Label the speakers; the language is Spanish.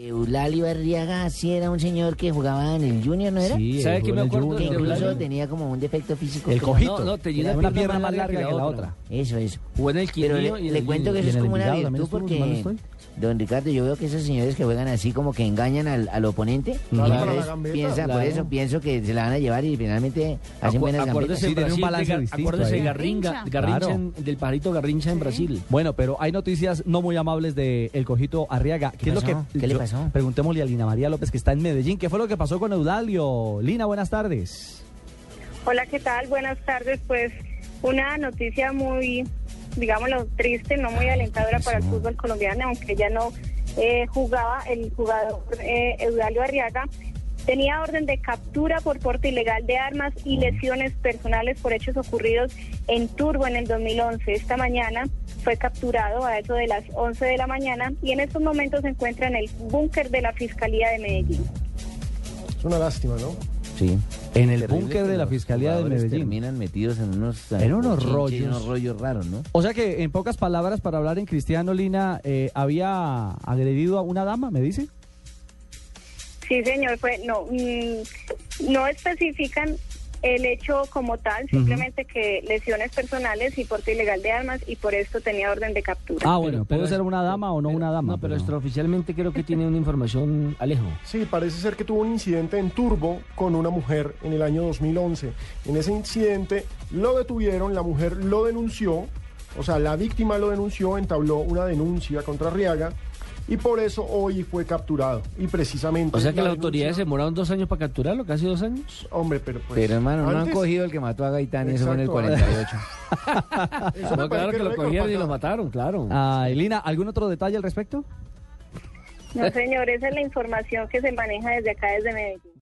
Speaker 1: Eulalio Arriaga sí era un señor que jugaba en el Junior, ¿no era?
Speaker 2: Sí,
Speaker 3: ¿Sabe
Speaker 2: él
Speaker 3: qué me
Speaker 2: jugó en el
Speaker 3: acuerdo
Speaker 1: Que
Speaker 2: Junior,
Speaker 3: de
Speaker 1: incluso
Speaker 3: Eulalio?
Speaker 1: tenía como un defecto físico.
Speaker 3: El
Speaker 1: como-
Speaker 3: cojito.
Speaker 2: No, no, tenía una
Speaker 3: Tenía una
Speaker 2: pierna
Speaker 3: pierna
Speaker 2: más larga que la otra.
Speaker 1: Eso es.
Speaker 3: Jugó en el
Speaker 1: Pero
Speaker 3: Quindío
Speaker 1: le,
Speaker 3: y en
Speaker 1: le
Speaker 3: el-
Speaker 1: cuento que
Speaker 3: y
Speaker 1: eso
Speaker 3: en
Speaker 1: es
Speaker 3: el
Speaker 1: como una
Speaker 3: Envigado también
Speaker 1: virtud
Speaker 3: estuvo, si mal no
Speaker 1: porque,
Speaker 3: estoy.
Speaker 1: don Ricardo, yo veo que esos señores que juegan así como que engañan al, al oponente. y
Speaker 3: Claro.
Speaker 1: entonces piensa, por eso pienso que se la van a llevar y finalmente hacen
Speaker 3: Acu-
Speaker 1: buenas gambetas.
Speaker 3: acuérdese
Speaker 2: Sí,
Speaker 3: en
Speaker 2: tiene un
Speaker 3: Brasil,
Speaker 2: balance
Speaker 3: de Gar-
Speaker 2: distinto
Speaker 3: acuérdese de
Speaker 2: ahí.
Speaker 3: Garrincha,
Speaker 4: Garrincha.
Speaker 3: Garrincha
Speaker 2: Claro.
Speaker 3: en- del pajarito Garrincha en Brasil.
Speaker 2: Bueno, pero hay noticias no muy amables de el cojito Arriaga. ¿Qué, es lo que
Speaker 1: pasó? ¿Qué le
Speaker 2: yo-
Speaker 1: pasó?
Speaker 2: Preguntémosle a Lina María López que está en Medellín. ¿Qué fue lo que pasó con Eudalio? Lina, buenas tardes.
Speaker 5: Hola, ¿qué tal? Buenas tardes. Pues una noticia muy, digámoslo, triste, no muy alentadora para el fútbol colombiano, aunque ya no eh, jugaba el jugador eh, Eudalio Arriaga. Tenía orden de captura por porte ilegal de armas y lesiones personales por hechos ocurridos en Turbo en el 2011. Esta mañana fue capturado a eso de las 11 de la mañana y en estos momentos se encuentra en el búnker de la Fiscalía de Medellín.
Speaker 6: Es una lástima, ¿no?
Speaker 1: Sí.
Speaker 2: En el
Speaker 1: Terrible
Speaker 2: búnker
Speaker 1: que
Speaker 2: de la
Speaker 1: los
Speaker 2: Fiscalía de
Speaker 1: jugadores
Speaker 2: Medellín.
Speaker 1: terminan metidos en unos,
Speaker 2: En unos
Speaker 1: chinches,
Speaker 2: rollos.
Speaker 1: unos rollos raros, ¿no?
Speaker 2: O sea que, en pocas palabras, para hablar en cristiano, Lina, eh, había agredido a una dama, ¿me dice?
Speaker 5: Sí, señor, fue, no, mm, no especifican el hecho como tal, simplemente que lesiones personales y porte ilegal de armas y por esto tenía orden de captura.
Speaker 2: Ah, bueno, puede ser una dama o no
Speaker 3: pero-
Speaker 2: una dama.
Speaker 3: No, pero extraoficialmente creo que tiene una información, Alejo.
Speaker 6: Sí, parece ser que tuvo un incidente en Turbo con una mujer en el año 2011. En ese incidente lo detuvieron, la mujer lo denunció, o sea, la víctima lo denunció, entabló una denuncia contra Riaga y por eso hoy fue capturado. Y precisamente...
Speaker 3: O sea que
Speaker 6: la
Speaker 3: las autoridades se
Speaker 6: denuncia-
Speaker 3: demoraron dos años para capturarlo, casi dos años.
Speaker 6: Hombre, pero pues...
Speaker 1: Pero hermano, no han
Speaker 6: antes-
Speaker 1: cogido el que mató a Gaitán, eso fue en el
Speaker 6: Exacto.
Speaker 1: 48.
Speaker 6: Eso me
Speaker 3: No, claro
Speaker 6: parece
Speaker 3: que lo
Speaker 6: récord,
Speaker 3: cogieron y
Speaker 6: patrón.
Speaker 3: lo mataron, claro.
Speaker 2: Ay, Lina, ¿algún otro detalle al respecto?
Speaker 5: No, señor, esa es la información que se maneja desde acá, desde Medellín.